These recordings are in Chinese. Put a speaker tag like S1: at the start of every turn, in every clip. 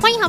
S1: 欢迎好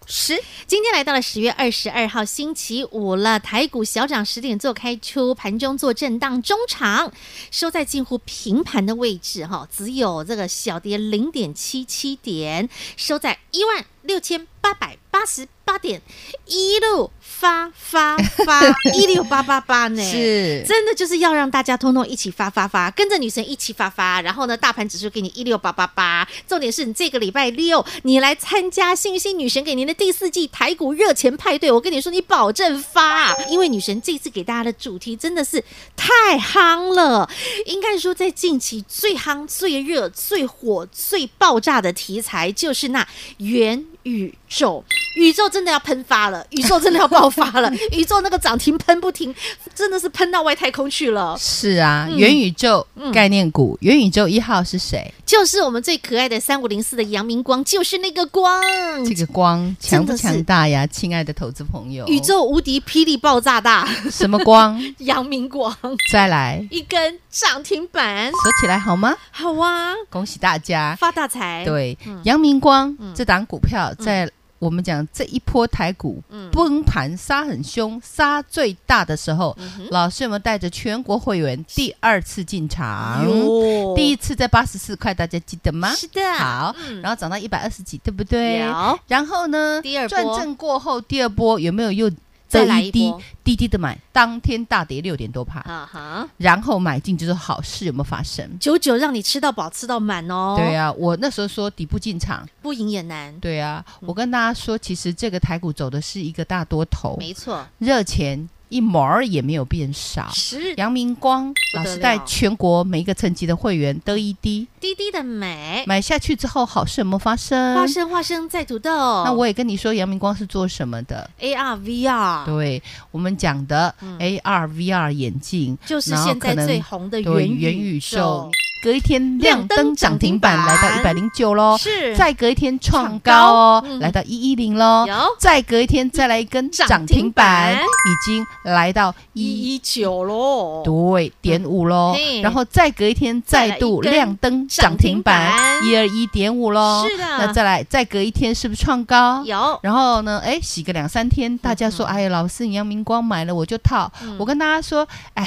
S2: 师。
S1: 今天来到了十月二十二号星期五了，台股小涨十点做开出，盘中做震荡，中场收在近乎平盘的位置哈，只有这个小跌零点七七点，收在一万六千八百八十八点，一路发发发，一六八八八呢，
S2: 是
S1: 真的就是要让大家通通一起发发发，跟着女神一起发发。然后呢，大盘指数给你一六八八八，重点是你这个礼拜六你来参加幸运星女神给您的第四季台股热钱派对，我跟你说，你保证发，因为女神这次给大家的主题真的是太夯了，应该说在近期最夯、最热、最火、最爆炸的题材就是那元宇宙。宇宙真的要喷发 了，宇宙真的要爆发了，宇宙那个涨停喷不停，真的是喷到外太空去了。
S2: 是啊，
S1: 嗯
S2: 元宇宙
S1: 嗯
S2: 概念股，元宇宙一号是谁？
S1: 就是我们最可爱的三五零四的阳明光，就是那个光，
S2: 这个光
S1: 嗯真
S2: 强
S1: 的
S2: 不
S1: 是
S2: 强大呀，亲爱的投资朋友？
S1: 宇宙无敌，霹雳爆炸大，
S2: 什么光？
S1: 阳明光
S2: 再来
S1: 一根涨停板，
S2: 锁起来好吗？
S1: 好啊，
S2: 恭喜大家！
S1: 发大财。，
S2: 对
S1: 嗯，
S2: 阳明光
S1: 嗯
S2: 这档股票在我们讲这一波台股
S1: 嗯
S2: 崩盘杀很凶、杀最大的时候，
S1: 嗯哼
S2: 老师有没有带着全国会员第二次进场？
S1: 有
S2: 第一次在八十四块，大家记得吗？
S1: 是的，
S2: 啊好，
S1: 嗯
S2: 然后涨到一百二十几，对不对？
S1: 有
S2: 然后呢？
S1: 第二
S2: 转
S1: 波
S2: 正过后，第二波有没有又
S1: 再来一
S2: 低
S1: 波，
S2: 低低的买？当天大跌六点多趴，
S1: 啊哈，
S2: 然后买进就是好事，有没有发生？
S1: 九九让你吃到饱，吃到满哦。
S2: 对
S1: 啊，
S2: 啊，我那时候说底部进场，
S1: 不赢也难，
S2: 对啊，
S1: 嗯
S2: 我跟大家说，其实这个台股走的是一个大多头，
S1: 没错，
S2: 热钱一毛儿也没有变少。
S1: 是
S2: 杨明光
S1: 得
S2: 老
S1: 了
S2: 师带全国每一个层级的会员得一滴，
S1: 滴滴的美，
S2: 买下去之后好事有没有发生？
S1: 花哎生花生在土豆。
S2: 嗯那
S1: 那
S2: 我也跟你说，杨明光是做什么的？
S1: AR VR
S2: 对我们讲的
S1: 嗯
S2: AR、VR 眼镜，
S1: 就是
S2: 然后
S1: 现在
S2: 可能
S1: 最红的
S2: 对
S1: 元
S2: 元宇宙，隔一天
S1: 亮
S2: 亮
S1: 灯
S2: 灯
S1: 涨
S2: 涨停
S1: 停
S2: 板来到一百
S1: 板
S2: 零九喽，
S1: 是
S2: 再隔一天
S1: 创
S2: 创
S1: 高
S2: 高哦，
S1: 嗯
S2: 来到一一零喽，
S1: 有
S2: 再隔一天再来一根
S1: 涨
S2: 涨
S1: 停
S2: 停
S1: 板
S2: 板，已经来到一
S1: 一九喽，
S2: 对点五喽
S1: 哦嗯嘿，
S2: 然后再隔一天
S1: 再来
S2: 再
S1: 一
S2: 度
S1: 根
S2: 亮灯
S1: 涨
S2: 涨
S1: 停
S2: 停
S1: 板
S2: 板一二一点五喽，
S1: 是的啊
S2: 那哦再来再隔一天是不是创高？
S1: 有
S2: 然后呢，哎，洗个两三天，大家说，
S1: 嗯
S2: 哎呀，老师，你阳明光买了我就套，
S1: 嗯
S2: 我跟大家说，哎，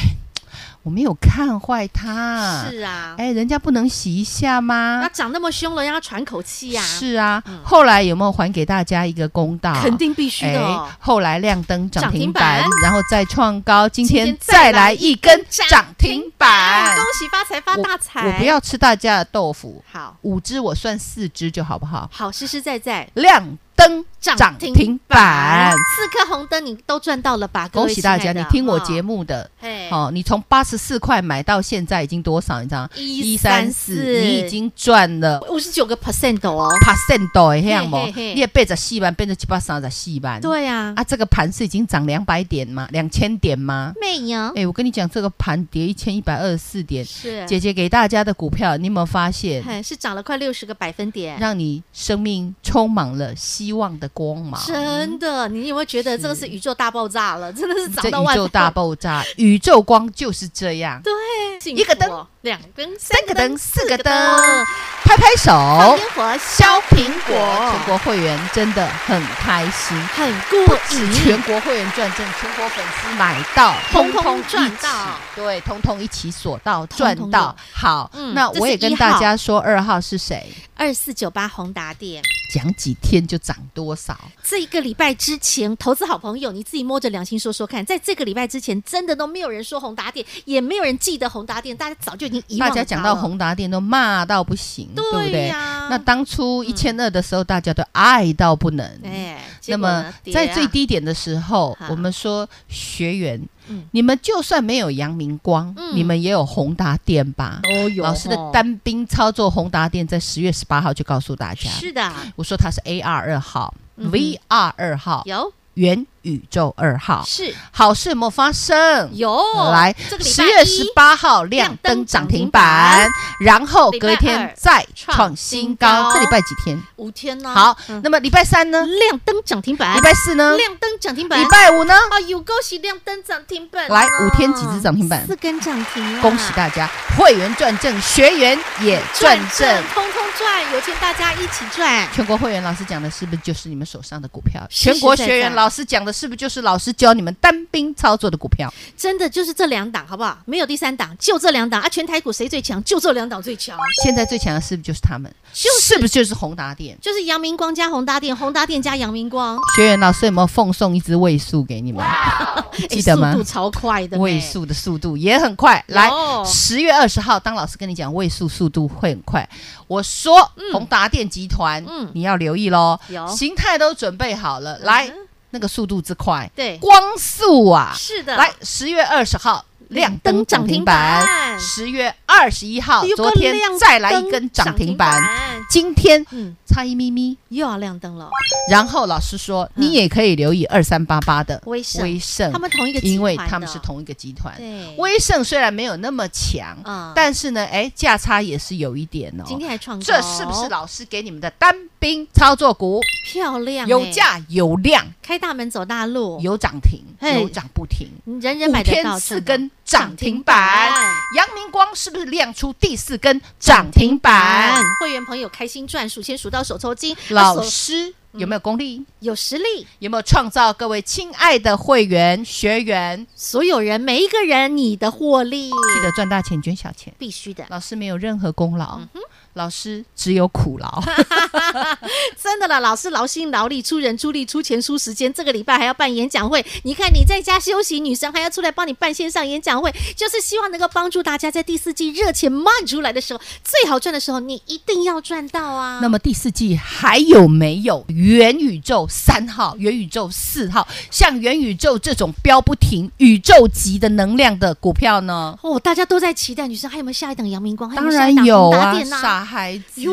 S2: 我没有看坏它，
S1: 是啊，
S2: 哎，人家不能洗一下吗
S1: 那？长那么凶了，让他喘口气呀，
S2: 是啊，
S1: 嗯
S2: 后来有没有还给大家一个公道？
S1: 肯定必须的哦。
S2: 哎后来亮灯涨停板，
S1: 涨停板
S2: 然后再创高，今
S1: 今
S2: 天再来一根涨停板
S1: 恭。喜发财发大财！
S2: 我不要吃大家的豆腐，
S1: 好
S2: 五只我算四只就好不好？
S1: 好实实在在
S2: 亮灯
S1: 涨
S2: 涨
S1: 停
S2: 停
S1: 板
S2: 板，，
S1: 四颗红灯你都赚到了吧？
S2: 恭喜大家！你听我节
S1: 目，
S2: 目的，
S1: 嘿，
S2: 哦，你从八十四块买到现在已经多少？你知道吗？
S1: 134
S2: 你已经赚了
S1: 五十九个 percent 哦。
S2: percent 的样
S1: 嘿
S2: 哦
S1: 嘿，嘿
S2: 你也背着细板，变成七八三十细板。
S1: 对呀，
S2: 啊，这个盘是已经涨两百点吗？两千点吗？
S1: 妹呀，
S2: 哎，我跟你讲，这个盘跌一千一百二十四点，
S1: 是，
S2: 哎姐姐给大家的股票，你有没有发现，
S1: 嘿是涨了快六十个百分点。
S2: 让你生命充满了希望的光芒？
S1: 真的，你有没有觉得这个是
S2: 是
S1: 宇宙大爆炸了？真的是涨
S2: 这
S1: 到
S2: 宇
S1: 万
S2: 宙大爆炸，宇宙光就是这样。
S1: 幸
S2: 一个
S1: 福
S2: 灯
S1: 哦，两个灯，
S2: 三个灯，四个灯哦
S1: 灯，
S2: 拍拍手，
S1: 放烟火， 削苹
S2: 全
S1: 果，
S2: 国会员真的很开心。
S1: 很
S2: 不
S1: 过
S2: 止
S1: 瘾，
S2: 全国会员赚正，全国粉丝买到，
S1: 通通
S2: 一起
S1: 赚到，
S2: 对，通通一起锁到
S1: 通
S2: 赚
S1: 通
S2: 到。好
S1: 嗯，
S2: 那
S1: 这
S2: 我
S1: 是
S2: 也跟
S1: 一号
S2: 大家说，二号是谁？
S1: 二四九八宏达店，
S2: 讲几天就涨多少？
S1: 这一个礼拜之前，投资好朋友，你自己摸着良心说说看，在这个礼拜之前，真的都没有人说宏达店，也没有人记得宏达店，大家早就已经遗忘
S2: 大
S1: 了它
S2: 家
S1: 了。
S2: 讲到宏达电都骂到不行，对不
S1: 对
S2: 对？
S1: 呀，
S2: 那当初一千二的时候，大家都爱到不能。
S1: 哎，结
S2: 那
S1: 果呢
S2: 么在最，
S1: 跌
S2: 低点的时候
S1: 好，
S2: 我们说学员
S1: 嗯，
S2: 你们就算没有阳明光
S1: 嗯，
S2: 你们也有宏达电吧？
S1: 啊哦哟，
S2: 老师的
S1: 吼
S2: 单兵操作宏达电在十月十八号就告诉大家，
S1: 是的，
S2: 我说它是 AR 二号、
S1: 嗯哼
S2: VR 二号、
S1: 有
S2: 元宇宙二号，
S1: 是
S2: 好事有没有发生？
S1: 有
S2: 来
S1: 哦这，个礼
S2: 十
S1: 拜
S2: 月
S1: 一
S2: 十八号亮灯涨停板，然后隔
S1: 礼拜二
S2: 一天再
S1: 创
S2: 创
S1: 新
S2: 新
S1: 高
S2: 高。这礼拜几天？
S1: 五天呢，
S2: 好
S1: 嗯，
S2: 那么礼拜三呢？
S1: 亮灯涨停板
S2: 礼，拜四呢？
S1: 亮灯涨停板，
S2: 礼拜五呢？
S1: 哦，有恭喜亮灯涨停板了，
S2: 来五天几只涨停板
S1: 四根涨停啊，
S2: 恭喜大家，会员赚正，学员也赚正。
S1: 通通赚，有钱大家一起赚。
S2: 全国会员老师讲的是不是就是你们手上的股票？
S1: 实实在在
S2: 全国学员老师讲的是不是就是老师教你们单兵操作的股票？
S1: 真的就是这两档，好不好？没有第三档，就这两档啊！全台股谁最强？就这两档最强，
S2: 现在最强的是不是就是他们？
S1: 就是
S2: 是不是就是宏达电？
S1: 就是阳明光加宏达电，宏达电加阳明光，
S2: 学员老师有没有奉送一只位数给你们？
S1: 诶
S2: 记得吗
S1: 哎速度？超快的呢哦
S2: 位数的速度也很快。来
S1: 有，
S2: 十月二十号，当老师跟你讲位数速度会很快，我说宏达电集团，
S1: 嗯
S2: 你要留意喽
S1: 有，
S2: 形态都准备好了，来
S1: 嗯，
S2: 那个速度之快，
S1: 对，
S2: 光速啊！
S1: 是的，
S2: 来，十月二十号亮灯涨
S1: 亮
S2: 停板
S1: 灯涨停板，
S2: 十月二十一号
S1: 有个
S2: 昨天
S1: 亮
S2: 再来一
S1: 灯
S2: 根涨停板，
S1: 板
S2: 今天
S1: 嗯，
S2: 差一咪咪。
S1: 又要亮灯了，
S2: 然后老师说，
S1: 嗯
S2: 你也可以留意二三八八的
S1: 威盛
S2: 威盛
S1: 他们同一个集团
S2: 因
S1: 的
S2: 为他们是同一个集团。
S1: 对，
S2: 威盛虽然没有那么强，
S1: 嗯
S2: 但是呢，哎，价差也是有一点哦。
S1: 今天还创高，
S2: 这是不是老师给你们的单兵操作股？
S1: 漂亮？哎
S2: 有
S1: 诶，
S2: 价有量，
S1: 开大门走大路，
S2: 有涨停，
S1: 嘿
S2: 有涨不停，
S1: 人人
S2: 五
S1: 买得到，
S2: 天
S1: 真
S2: 四
S1: 的
S2: 根涨停板
S1: 涨停板。
S2: 阳明光是不是亮出第四根涨停板？
S1: 会员朋友开心赚，数钱数到手抽筋。
S2: 老
S1: 手
S2: 师有没有功力？
S1: 有实力，
S2: 有没有创造各位亲爱的会员学员？
S1: 所有人每一个人你的获利，
S2: 记得赚大钱捐小钱。
S1: 必须的，
S2: 老师没有任何功劳，
S1: 嗯
S2: 老师只有苦劳。
S1: 真的了。老师劳心劳力，出人出力，出钱出时间。这个礼拜还要办演讲会，你看你在家休息，女神还要出来帮你办线上演讲会，就是希望能够帮助大家在第四季热钱漫出来的时候，最好赚的时候，你一定要赚到啊！
S2: 那么第四季还有没有元宇宙三号、元宇宙四号，像元宇宙这种飙不停、宇宙级的能量的股票呢？
S1: 哦，大家都在期待女生还有没有下一档阳明光，还有没
S2: 当
S1: 有下
S2: 然
S1: 一档宏
S2: 有
S1: 达
S2: 啊，
S1: 电啊？
S2: 傻孩子。
S1: 哟，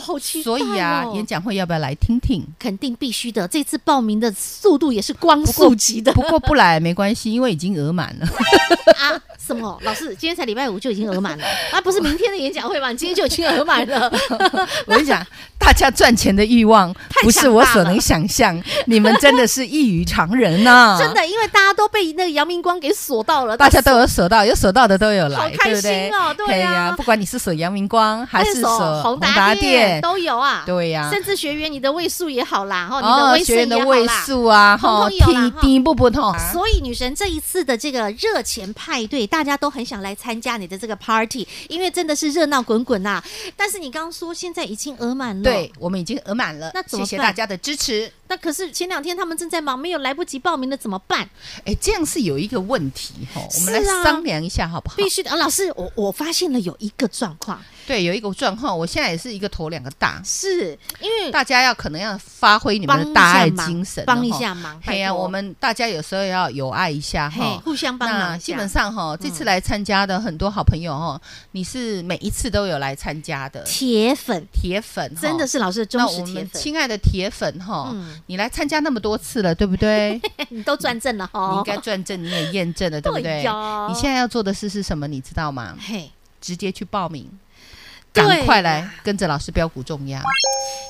S1: 好期待、哦！
S2: 所以啊，演讲会要不要来听听？
S1: 肯定必须的。这次报名的速度也是光速级的
S2: 不过不来没关系，因为已经额满了。
S1: 啊！什么？老师，今天才礼拜五就已经额满了啊？不是明天的演讲会吗？你今天就已经额满 了，
S2: 我跟你讲，大家赚钱的欲望
S1: 太
S2: 不是
S1: 强
S2: 我
S1: 大
S2: 所
S1: 了
S2: 能想象，你们真的是异于常人啊呐、
S1: 真的，因为大家都被那个阳明光给锁到了，
S2: 大家都有锁到，有锁到的都有
S1: 好
S2: 来，
S1: 开
S2: 对不对
S1: 心？哦对呀
S2: 不管你是锁阳明光还是
S1: 手
S2: 锁
S1: 宏
S2: 宏
S1: 达
S2: 达
S1: 店
S2: 店，
S1: 都有啊，
S2: 对呀
S1: 甚至学员你的位数也好啦，哦，你的位
S2: 学员
S1: 数
S2: 的
S1: 也好
S2: 位
S1: 啦。
S2: 数啊，
S1: 通通
S2: 哈，
S1: 有啦啊
S2: 滴滴不不通。
S1: 所以，女神这一次的这个热钱派对，大家都很想来参加你的这个 party，因为真的是热闹滚滚呐、但是你刚刚说现在已经额满了，
S2: 对，我们已经额满了
S1: 那，怎么
S2: 谢谢
S1: 办
S2: 大家的支持。
S1: 那可是前两天他们正在忙，没有来不及报名的怎么办？
S2: 哎，这样是有一个问题哈，我们
S1: 是
S2: 来
S1: 啊
S2: 商量一下好不好？
S1: 必须的啊，老师，我我发现了有一个状况，
S2: 对，有一个状况，我现在也是一个头两个大，
S1: 是因为
S2: 大家要可能要发挥你们
S1: 帮
S2: 的
S1: 一
S2: 大
S1: 下
S2: 爱
S1: 忙
S2: 精神，
S1: 帮一。下忙。
S2: 哎呀，
S1: 拜托
S2: 我们大家有时候要有爱一下
S1: 嘿
S2: 哈。
S1: 互相帮忙嗯
S2: 那
S1: 一下，
S2: 基本上哈，这次来参加的很多好朋友哈，你是每一次都有来参加的
S1: 铁粉
S2: 铁粉哈，
S1: 真的是老师的忠
S2: 那
S1: 实
S2: 我
S1: 铁
S2: 们
S1: 粉，
S2: 亲爱的铁粉哈
S1: 嗯，
S2: 你来参加那么多次了，对不对？
S1: 哎你都赚正了
S2: 你
S1: 哦
S2: 应。该转正，你也验证了，对不对？
S1: 呀
S2: 你现在要做的事是什么？你知道吗？
S1: 嘿，
S2: 直接去报名，
S1: 对
S2: 赶快来跟着老师标股重压。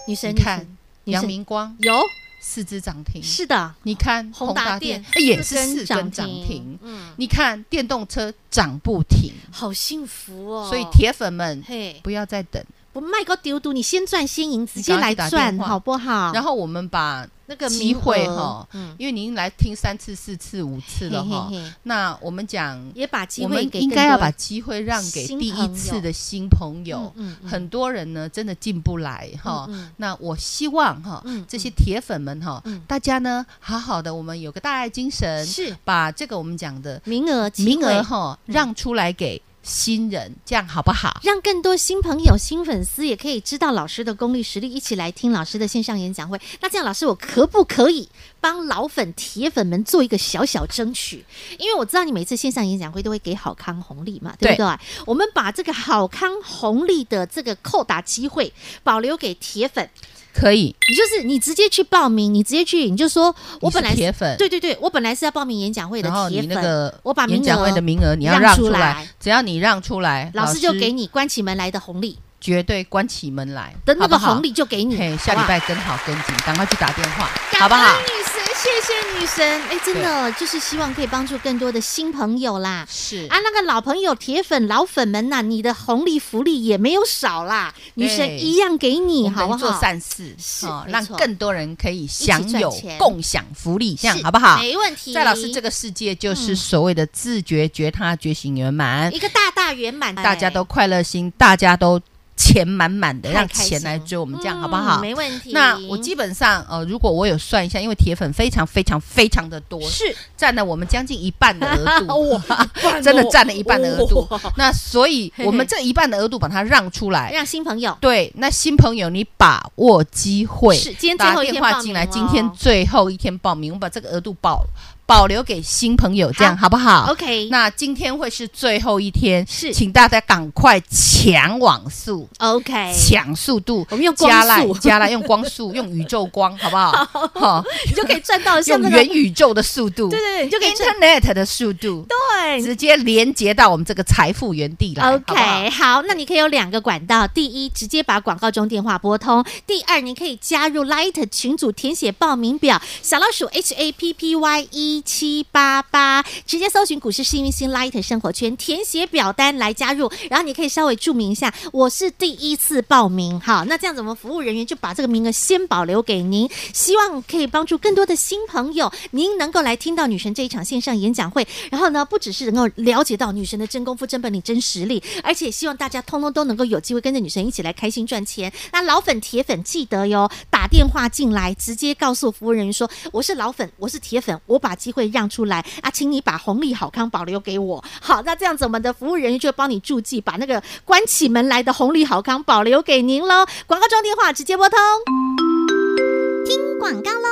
S1: 女神，女神
S2: 你看
S1: 女神
S2: 阳明光
S1: 有
S2: 四只涨停，
S1: 是的，
S2: 你看
S1: 宏达电
S2: 哎也是四
S1: 根
S2: 根涨停，
S1: 嗯，
S2: 你看电动车涨不停，
S1: 好幸福哦。
S2: 所以铁粉们
S1: 嘿，
S2: 不要再等。
S1: 不卖个丢丢，你先赚先赢，直接来
S2: 你赶快去打
S1: 赚
S2: 电话
S1: 好不好？
S2: 然后我们把，
S1: 那个
S2: 机会
S1: 名额
S2: 哈
S1: 嗯，
S2: 因为您来听三次、四次、五次了哈
S1: 嘿嘿嘿，
S2: 那我们讲，
S1: 也把机
S2: 我
S1: 会
S2: 们
S1: 给
S2: 应
S1: 更
S2: 该要
S1: 多
S2: 把
S1: 人
S2: 机会让给
S1: 新
S2: 第
S1: 朋
S2: 一
S1: 友
S2: 次的新朋友。
S1: 嗯嗯嗯
S2: 很多人呢，真的进不来哈。
S1: 嗯嗯
S2: 那我希望哈，
S1: 嗯
S2: 这些铁粉们哈，
S1: 嗯
S2: 大家呢，好好的，我们有个大爱精神，
S1: 是
S2: 把这个我们讲的
S1: 名额机会嗯
S2: 名额哈、让出来给新人，这样好不好？
S1: 让更多新朋友、新粉丝也可以知道老师的功力实力，一起来听老师的线上演讲会。那这样，老师我可不可以帮老粉、铁粉们做一个小小争取？因为我知道你每次线上演讲会都会给好康红利嘛，对不对？我们把这个好康红利的这个扣打机会保留给铁粉，
S2: 可以，
S1: 你就是你直接去报名，你直接去，你就说我
S2: 你是
S1: 本来
S2: 铁粉，
S1: 对对对，我本来是要报名演讲会的
S2: 然后
S1: 铁
S2: 你
S1: 粉，
S2: 那个
S1: 我把名
S2: 演讲会
S1: 额
S2: 的名额你要
S1: 让
S2: 让
S1: 出
S2: 出来
S1: 来，
S2: 只要你让出来，
S1: 老师就给你关起门来的红利
S2: 绝对关起门来
S1: 的那
S2: 好不
S1: 个
S2: 好
S1: 红利就给你，
S2: 嘿，
S1: 好
S2: 下
S1: 不
S2: 礼
S1: 好
S2: 拜跟好跟紧，赶快去打电话，
S1: 感
S2: 好不好
S1: 恩？女神，谢谢女神，哎，真的就是希望可以帮助更多的新朋友啦。
S2: 是
S1: 啊，那个老朋友、铁粉、老粉们呐、你的红利福利也没有少啦，女神
S2: 对
S1: 一样给你，
S2: 我
S1: 好不
S2: 们做
S1: 好？
S2: 善事，
S1: 是
S2: 哦
S1: 没
S2: 让
S1: 错
S2: 更多人可以享
S1: 赚
S2: 有
S1: 钱
S2: 共享福利，这样
S1: 是
S2: 好不好？
S1: 没问题。
S2: 在老师这个世界，就
S1: 嗯
S2: 是
S1: 哎
S2: 所谓的自觉、觉他、觉醒圆满，
S1: 一个大大圆满，哎
S2: 大家都快乐心，大家都钱满满的，
S1: 太
S2: 让
S1: 开
S2: 钱
S1: 心嗯
S2: 来
S1: 了
S2: 追我
S1: 我
S2: 们，这样好不好？
S1: 没问题。
S2: 那我基本上呃，如果我有算一下，因为铁粉非常非常非常的多，
S1: 是
S2: 占了我们将近一半的额 度，
S1: 哇，
S2: 真的占了一半的额度
S1: 哇。
S2: 那所以
S1: 嘿嘿
S2: 我们这一半的额度把它让出来，
S1: 让新朋友
S2: 对，那新朋友你把握机会，
S1: 是今天最
S2: 打
S1: 后一
S2: 电
S1: 天
S2: 话
S1: 报
S2: 进
S1: 名
S2: 来，
S1: 了
S2: 今天最后一天报名，我们把这个额度保保留给新朋友，这样好不好？
S1: OK
S2: 那今天会是最后一天，
S1: 是
S2: 请大家赶快抢网速。
S1: OK，
S2: 抢速度，
S1: 我们用光
S2: 加来
S1: 速
S2: 加来用光速，用宇宙光，好不好？好，
S1: 你就可以赚到像
S2: 用
S1: 那个
S2: 元宇宙的速度，
S1: 对对对，你就可以赚
S2: Internet 的速度，
S1: 对
S2: 直接连接到我们这个财富原地来，好不好？
S1: OK，好那你可以有两个管道：第一，直接把广告中电话拨通；第二，你可以加入 Light 群组，填写报名表，小老鼠 H A P P Y 一七八八，直接搜寻股市幸运星 Light 生活圈，填写表单来加入。然后你可以稍微注明一下，我是第一次报名。好，那这样子我们服务人员就把这个名额先保留给您，希望可以帮助更多的新朋友，您能够来听到女神这一场线上演讲会，然后呢，不只是能够了解到女神的真功夫、真本领、真实力，而且希望大家通通都能够有机会跟着女神一起来开心赚钱。那老粉、铁粉记得哟，打电话进来，直接告诉服务人员说我是老粉，我是铁粉，我把机会让出来啊，请你把红利好康保留给我。好，那这样子我们的服务人员就会帮你注记，把那个关起门来的红利好康保留给您喽。广告中电话直接拨通。广告喽，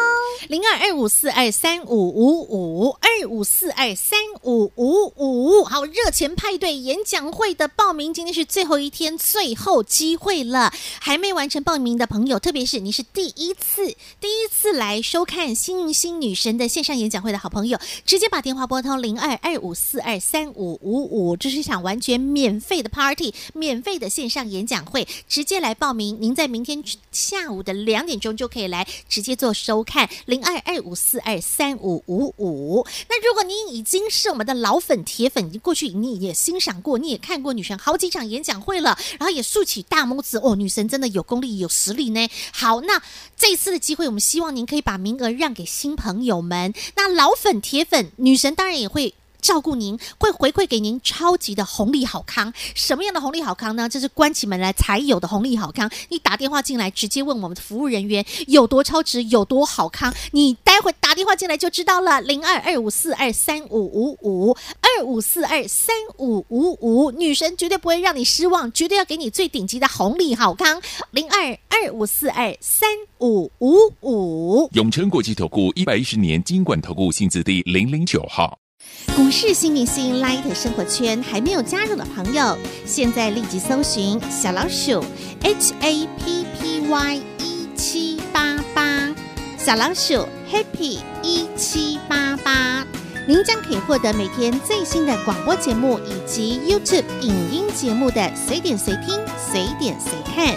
S1: 零二二五四二三五五五二五四二三五五五。好，热钱派对演讲会的报名今天是最后一天，最后机会了。还没完成报名的朋友，特别是你是第一次、第一次来收看《幸运星女神》的线上演讲会的好朋友，直接把电话拨通零二二五四二三五五五。这是一场完全免费的 party，免费的线上演讲会，直接来报名。您在明天下午的两点钟就可以来直接做收看，零二二五四二三五五五。那如果您已经是我们的老粉、铁粉，已经过去你也欣赏过，你也看过女神好几场演讲会了，然后也竖起大拇指哦，女神真的有功力、有实力呢。好，那这一次的机会，我们希望您可以把名额让给新朋友们。那老粉、铁粉，女神当然也会。照顾您，会回馈给您超级的红利好康。什么样的红利好康呢？这是关起门来才有的红利好康。你打电话进来，直接问我们的服务人员有多超值，有多好康。你待会打电话进来就知道了。零二二五四二三五五五二五四二三五五五，女神绝对不会让你失望，绝对要给你最顶级的红利好康。零二二五四二三五五五。
S3: 永诚国际投顾一百一十年金管投顾性质第零零九号。
S1: 股市新明星 Light 生活圈还没有加入的朋友，现在立即搜寻小老鼠 HAPPY 一 E 七八八，小老鼠 Happy 一七八八，您将可以获得每天最新的广播节目以及 YouTube 影音节目的随点随听、随点随看。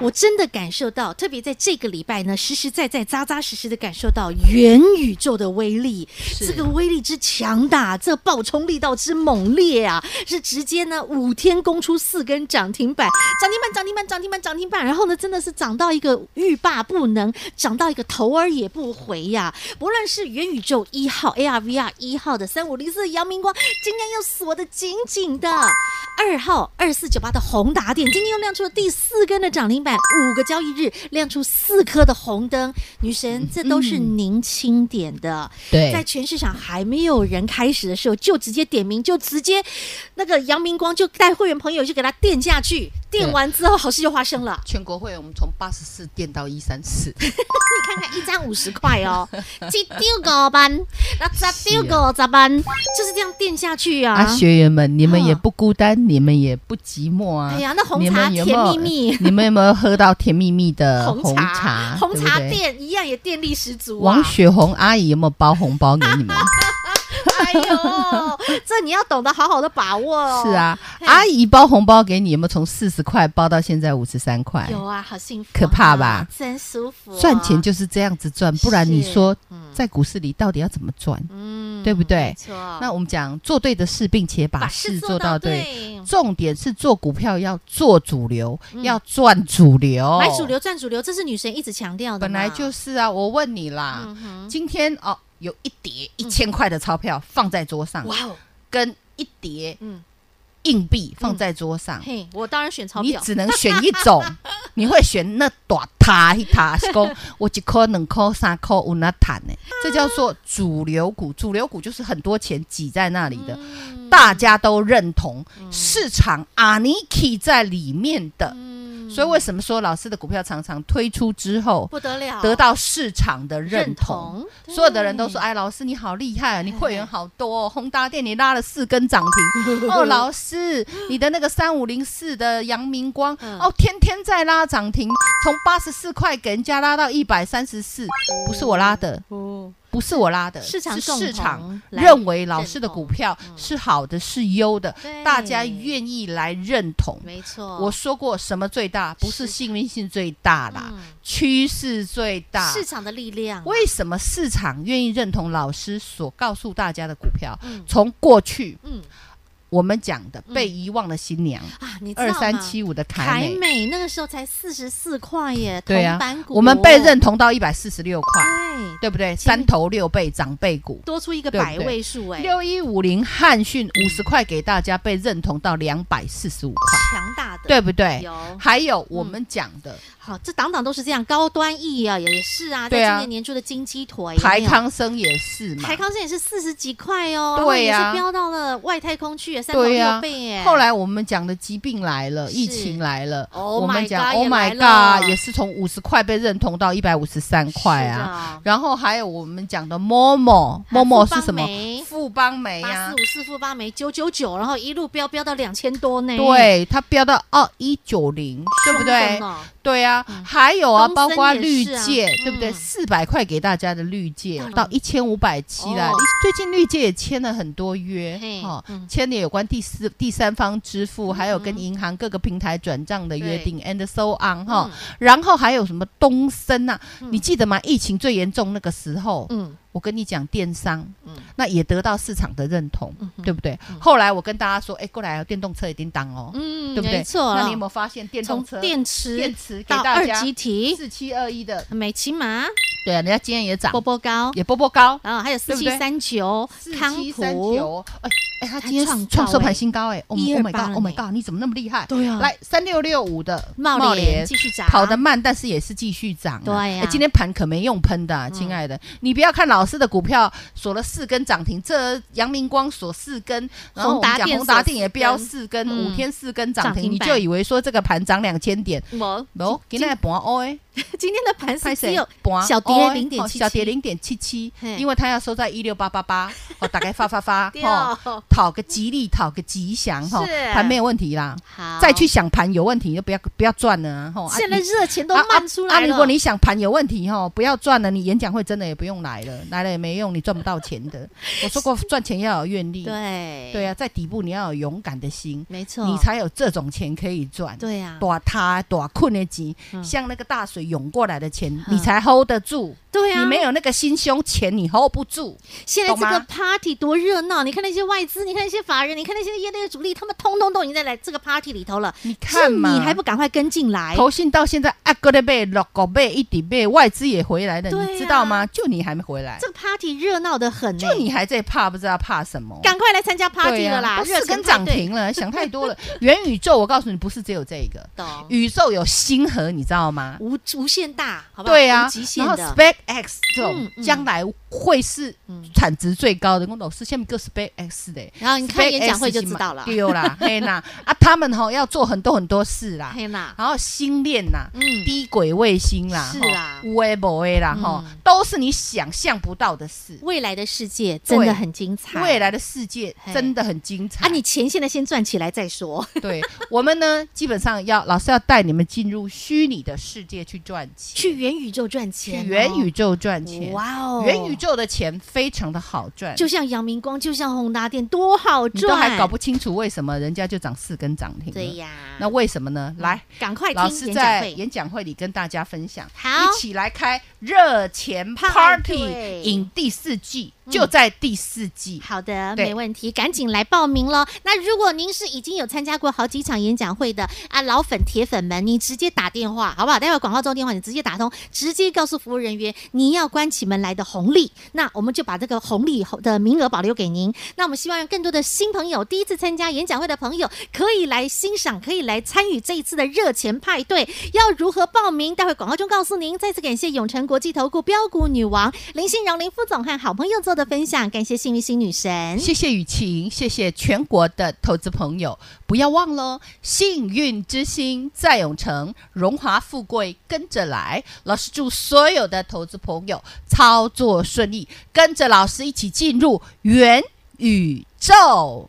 S1: 我真的感受到，特别在这个礼拜呢，实实在在、扎扎实实的感受到元宇宙的威力，这个威力之强大，这爆冲力道之猛烈啊，是直接呢五天攻出四根涨停板，涨停板、涨停板、涨停板、涨停板，然后呢，真的是涨到一个欲罢不能，涨到一个头儿也不回呀、不论是元宇宙一号 ARVR 一号的三五零四阳明光，今天又锁得紧紧的。二号二四九八的宏达电，今天又亮出了第四根的涨停板，五个交易日亮出四颗的红灯。女神，这都是您钦点的。
S2: 嗯对
S1: 在全市场还没有人开始的时候，就直接点名，就直接那个阳明光就带会员朋友就给他垫下去，垫
S2: 对
S1: 完之后好事就发生了。
S2: 全国会我们从八十四垫到一三四，
S1: 你看看一张五十块哦， 一丢五班，那十丢五十班，就是这样垫下去啊。
S2: 啊，学员们，你们
S1: 啊
S2: 也不孤单，你们也不寂寞啊。
S1: 哎呀，那红
S2: 你
S1: 茶
S2: 们
S1: 甜
S2: 有没有
S1: 蜜蜜。
S2: 你们有没有喝到甜蜜蜜的
S1: 红
S2: 茶？
S1: 红
S2: 对不
S1: 茶
S2: 对
S1: 店一样也电力十足啊
S2: 王！雪红阿姨有没有包红包给你们？
S1: 哎呦，这你要懂得好好的把握哦。
S2: 是，啊，
S1: 嘿
S2: 阿姨包红包给你，有没有从四十块包到现在五十三块？
S1: 有啊，好幸福啊，
S2: 可怕吧
S1: 真舒服啊，
S2: 赚钱就是这样子赚，不然你说在股市里到底要怎么赚？
S1: 嗯
S2: 对不对
S1: 没错，
S2: 那我们讲做对的事，并且把
S1: 把事
S2: 事
S1: 做
S2: 做
S1: 到
S2: 到对。
S1: 对。嗯
S2: 重点是做股票要做主流，要赚主流，
S1: 买主。流赚主流，这是女神一直强调的嘛。
S2: 哦本来就是啊，我问你啦，
S1: 嗯哼，
S2: 今天哦有一叠一千块的钞票放在桌上，
S1: 哇哦，
S2: 跟一叠
S1: 嗯，
S2: 硬币放在桌上，
S1: 嘿，我当然选钞
S2: 你
S1: 票，
S2: 只能选一种，你会选那大塔一塔，是讲我一颗、两颗、三颗，有那谈呢？这叫做主流股，主流股就是很多钱挤在那里的，大家都认同，市场阿尼基在里面的。所以为什么说老师的股票常常推出之后
S1: 嗯不得了，
S2: 得到市场的认同？，所有的人都说：“
S1: 对，
S2: 哎，老师你好厉害啊，你会员好多、哦，宏达店你拉了四根涨 停。哦，老师，你的那个三五零四的阳明光，
S1: 嗯
S2: 哦，天天在拉涨停，从八十四块给人家拉到一百三十四，不是我拉的，
S1: 哦，
S2: 不是我拉的，
S1: 市场
S2: 是
S1: 共同
S2: 市场
S1: 来
S2: 认为老师的股票
S1: 同嗯
S2: 是好的，是优的
S1: 对，
S2: 大家愿意来认同。
S1: 没错，
S2: 我说过，什么最大？不是
S1: 是
S2: 幸运性最大啦，
S1: 嗯
S2: 趋势最大，
S1: 市场的力量，
S2: 为什么市场愿意认同老师所告诉大家的股票？
S1: 嗯
S2: 从过去
S1: 嗯
S2: 我们讲的
S1: 嗯
S2: 被遗忘的新娘，
S1: 啊，你知道
S2: 二
S1: 吗
S2: 三七五的凯
S1: 凯
S2: 美，
S1: 美那个时候才四十四块耶，
S2: 对
S1: 铜
S2: 啊
S1: 板股
S2: 我们被认同到一百四十六块，
S1: 对，
S2: 对不对？
S1: 前面
S2: 三头六倍长辈股。
S1: 多出一个
S2: 对不
S1: 百
S2: 对
S1: 位数哎，
S2: 六一五零汉讯五十块给大家被认同到两百四十五块，
S1: 强大的
S2: 对不对
S1: 有？嗯
S2: 还有我们讲的
S1: 好，这档档都是这样，高端 E 啊也是啊，在
S2: 对啊
S1: 今年年初的金鸡腿，
S2: 台
S1: 有没有
S2: 康生也是嘛
S1: 台，康生也是四十几块哦，
S2: 对呀
S1: 然后也是飙到了外太空去，三头
S2: 对
S1: 六
S2: 呀
S1: 倍耶。
S2: 后来我们讲的疾病来了，
S1: 是
S2: 疫情来了，
S1: Oh
S2: 我
S1: my
S2: 们讲
S1: God，
S2: Oh
S1: 也来
S2: my
S1: 了
S2: God 也是从五十块被认同到一百五十三块啊。
S1: 啊，
S2: 然后还有我们讲的 Momo
S1: 还有
S2: Momo
S1: 富邦
S2: 是什么
S1: 梅？
S2: 富邦啊梅
S1: 八
S2: 呀
S1: 四五、四负八枚九九九，然后一路飙飙到两千多呢，
S2: 对，它飙到二一九零，对
S1: 凶
S2: 不
S1: 狠
S2: 对？
S1: 哦？
S2: 对啊，还有啊，
S1: 东森
S2: 包括
S1: 也
S2: 绿
S1: 是啊
S2: 界，
S1: 嗯
S2: 对不对？四百块给大家的绿界
S1: 嗯
S2: 到一千五百七啦
S1: 哦。
S2: 最近绿界也签了很多约
S1: 嘿，
S2: 哦
S1: 嗯，
S2: 签了有关第四第三方支付，还有跟银行各个平台转账的约定，and so on
S1: 嗯
S2: 哈。然后还有什么东森呐？你记得吗？疫情最严重那个时候，
S1: 嗯，
S2: 我跟你讲电商
S1: 嗯，
S2: 那也得到市场的认同
S1: 嗯哼，
S2: 对不对？后来我跟大家说，哎，过来哦电动车也叮当哦，
S1: 嗯，
S2: 对不对？
S1: 没错
S2: 那
S1: 了
S2: 你有没有发现电
S1: 从
S2: 动车？
S1: 电池
S2: 电池给
S1: 到
S2: 大
S1: 二
S2: 家
S1: 级体
S2: 四七二一的，
S1: 美骑马、
S2: 对啊，人家今天也涨
S1: 波，波高，
S2: 也波波高，
S1: 然后还有四
S2: 对不
S1: 七
S2: 对
S1: 三九
S2: 四、
S1: 康
S2: 七三
S1: 普，
S2: 九，哎哎，他
S1: 它
S2: 今天
S1: 创
S2: 创
S1: 造
S2: 收
S1: 哎
S2: 盘新高哎，Oh
S1: 128
S2: my
S1: 呢
S2: god，Oh my god，你怎么那么厉害？
S1: 对啊
S2: 来三六六五的
S1: 茂联继续涨，
S2: 跑得慢，但是也是继续涨啊。
S1: 对啊
S2: 哎今天盘可没用喷的啊，亲爱的，你不要看老师的股票锁了四根涨停，这阳明光锁四根，然后我
S1: 宏达
S2: 们讲
S1: 电
S2: 宏达
S1: 锁
S2: 电也
S1: 四
S2: 飙
S1: 根
S2: 四根，
S1: 嗯
S2: 五天四根
S1: 涨
S2: 涨
S1: 停
S2: 停，你
S1: 板
S2: 就以为说这个盘涨两千点，
S1: 我
S2: 没，今天盘 O 哎，
S1: 嗯今天的盘是只有
S2: 盘
S1: 小跌
S2: 哦
S1: 零点
S2: 哦
S1: 七
S2: 小跌零点七七
S1: 嘿，
S2: 因为它要收在一六八八八，哦，大概发发发，
S1: 对哦
S2: 哦，讨个吉利，讨个吉祥，哈
S1: 是，
S2: 盘没有问题啦。
S1: 好，
S2: 再去想盘有问题，就不要不要赚了啊，哈。啊
S1: 现在
S2: 你
S1: 热钱都漫出来
S2: 啊
S1: 了。
S2: 啊啊如果你想盘有问题哈，不要赚了，你演讲会真的也不用来了，来了也没用，你赚不到钱 的。我说过，赚钱要有愿力，
S1: 对哦
S2: 对，啊，在底部你要有勇敢的心，
S1: 没错，
S2: 你才有这种钱可以赚。
S1: 对啊，
S2: 多他多困的钱，
S1: 嗯
S2: 像那个大水涌过来的钱，
S1: 嗯
S2: 你才 hold 得住。
S1: 对啊，
S2: 你没有那个心胸，钱你 hold 不住。
S1: 现在这个
S2: 懂吗
S1: party 多热闹，你看那些外资，你看那些法人，你看那些业内的主力，他们通通都已经在来这个 party 里头了。
S2: 你看
S1: 是
S2: 嘛，
S1: 你还不赶快跟进来？
S2: 投信到现在啊，个的倍、六个倍、一底倍，外资也回来了，
S1: 对啊
S2: 你知道吗？就你还没回来
S1: 这，个 party 热闹的很呢、
S2: 就你还在怕，不知道怕什么。
S1: 赶快来参加 party
S2: 对啊
S1: 了啦！
S2: 都
S1: 热
S2: 四
S1: 钱
S2: 根
S1: 派
S2: 涨
S1: 对，
S2: 停了，想太 多了。元宇宙，我告诉你，不是只有这一个，
S1: 懂？
S2: 宇宙有星河，你知道吗？
S1: 无无限大，好不好？
S2: 对啊
S1: 无极，限
S2: 然后
S1: 的，
S2: SpaceX 这种
S1: 嗯嗯
S2: 将来会是
S1: 嗯
S2: 产值最高的，我老师下面个 SpaceX 的，
S1: 然后哦你看
S2: SpaceX
S1: 演讲会就知道了
S2: 哎是。嘛对啦，嘿啦，啊，他们吼要做很多很多事啦，
S1: 黑啦，
S2: 然后星链啦，
S1: 嗯
S2: 低轨卫星啦，
S1: 是
S2: 吼
S1: 啦
S2: 有诶无诶啦，吼
S1: 嗯，
S2: 都是你想象不到的事。
S1: 未来的世界真的很精彩。
S2: 未来的世界
S1: 嘿
S2: 真的很精彩
S1: 啊，你钱现在先赚起来再说。
S2: 对我们呢，基本上要老师要带你们进入虚拟的世界去赚钱，
S1: 去元宇宙赚钱哦，
S2: 去元宇宙赚钱。
S1: 哇哦，
S2: 元宇宙的钱非常的好赚，
S1: 就像阳明光，就像宏达电，多好赚！
S2: 你都还搞不清楚为什么人家就涨四根涨停了。
S1: 对呀，
S2: 那为什么呢？来，
S1: 赶快
S2: 老
S1: 听
S2: 师
S1: 演讲
S2: 在
S1: 会，
S2: 演讲会里跟大家分享，
S1: 好
S2: 一起来开热钱
S1: 派
S2: Party
S1: 对
S2: 影第四季，
S1: 嗯
S2: 就在第四季。
S1: 好的，
S2: 对
S1: 没问题，赶紧来报名喽。那如果您是已经有参加过好几场演讲会的啊，老粉铁粉们，你直接打电话好不好？待会儿广告中电话你直接打通，直接告诉服务人员你要关起门来的红利，那我们就把这个红利的名额保留给您。那我们希望让更多的新朋友、第一次参加演讲会的朋友，可以来欣赏，可以来参与这一次的热钱派对。要如何报名？待会广告中告诉您。再次感谢永诚国际投顾标股女王林信荣林副总和好朋友做的分享，感谢幸运星女神。
S2: 谢谢雨晴，谢谢全国的投资朋友，不要忘了，幸运之星在永城，荣华富贵跟着来。老师祝所有的投资朋友操作顺利，跟着老师一起进入元宇宙。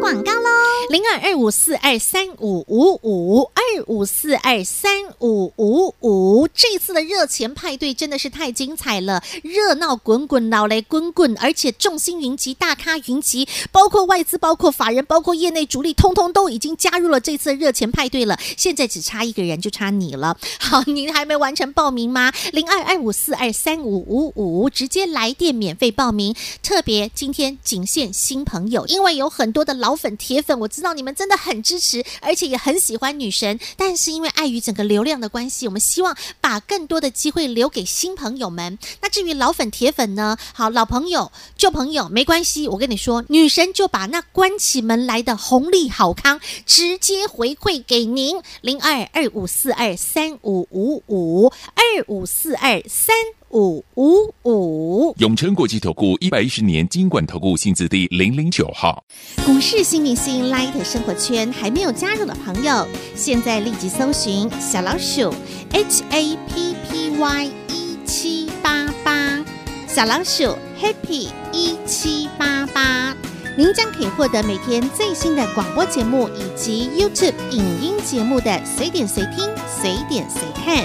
S4: 广告喽！
S1: 零二二五四二三五五五二五四二三五五五。这次的热钱派对真的是太精彩了，热闹滚滚，老雷滚滚，而且众星云集，大咖云集，包括外资，包括法人，包括业内主力，通通都已经加入了这次的热钱派对了。现在只差一个人，就差你了。 好，您还没完成报名吗？零二二五四二三五五五，直接来电免费报名。特别今天仅限新朋友，因为有很多的老粉铁粉，我知道你们真的很支持，而且也很喜欢女神。但是因为碍于整个流量的关系，我们希望把更多的机会留给新朋友们。那至于老粉铁粉呢？好，老朋友、旧朋友没关系，我跟你说，女神就把那关起门来的红利好康直接回馈给您，零二二五四二三五五五二五四二三五五五。
S3: 永诚国际投顾一百一十年金管投顾性质第零零九号。
S1: 股市新明星 Light 生活圈还没有加入的朋友，现在立即搜寻小老鼠 HAPPY 一 E 七八八，小老鼠 Happy 一七八八，您将可以获得每天最新的广播节目以及 YouTube 影音节目的随点随听、随点随看。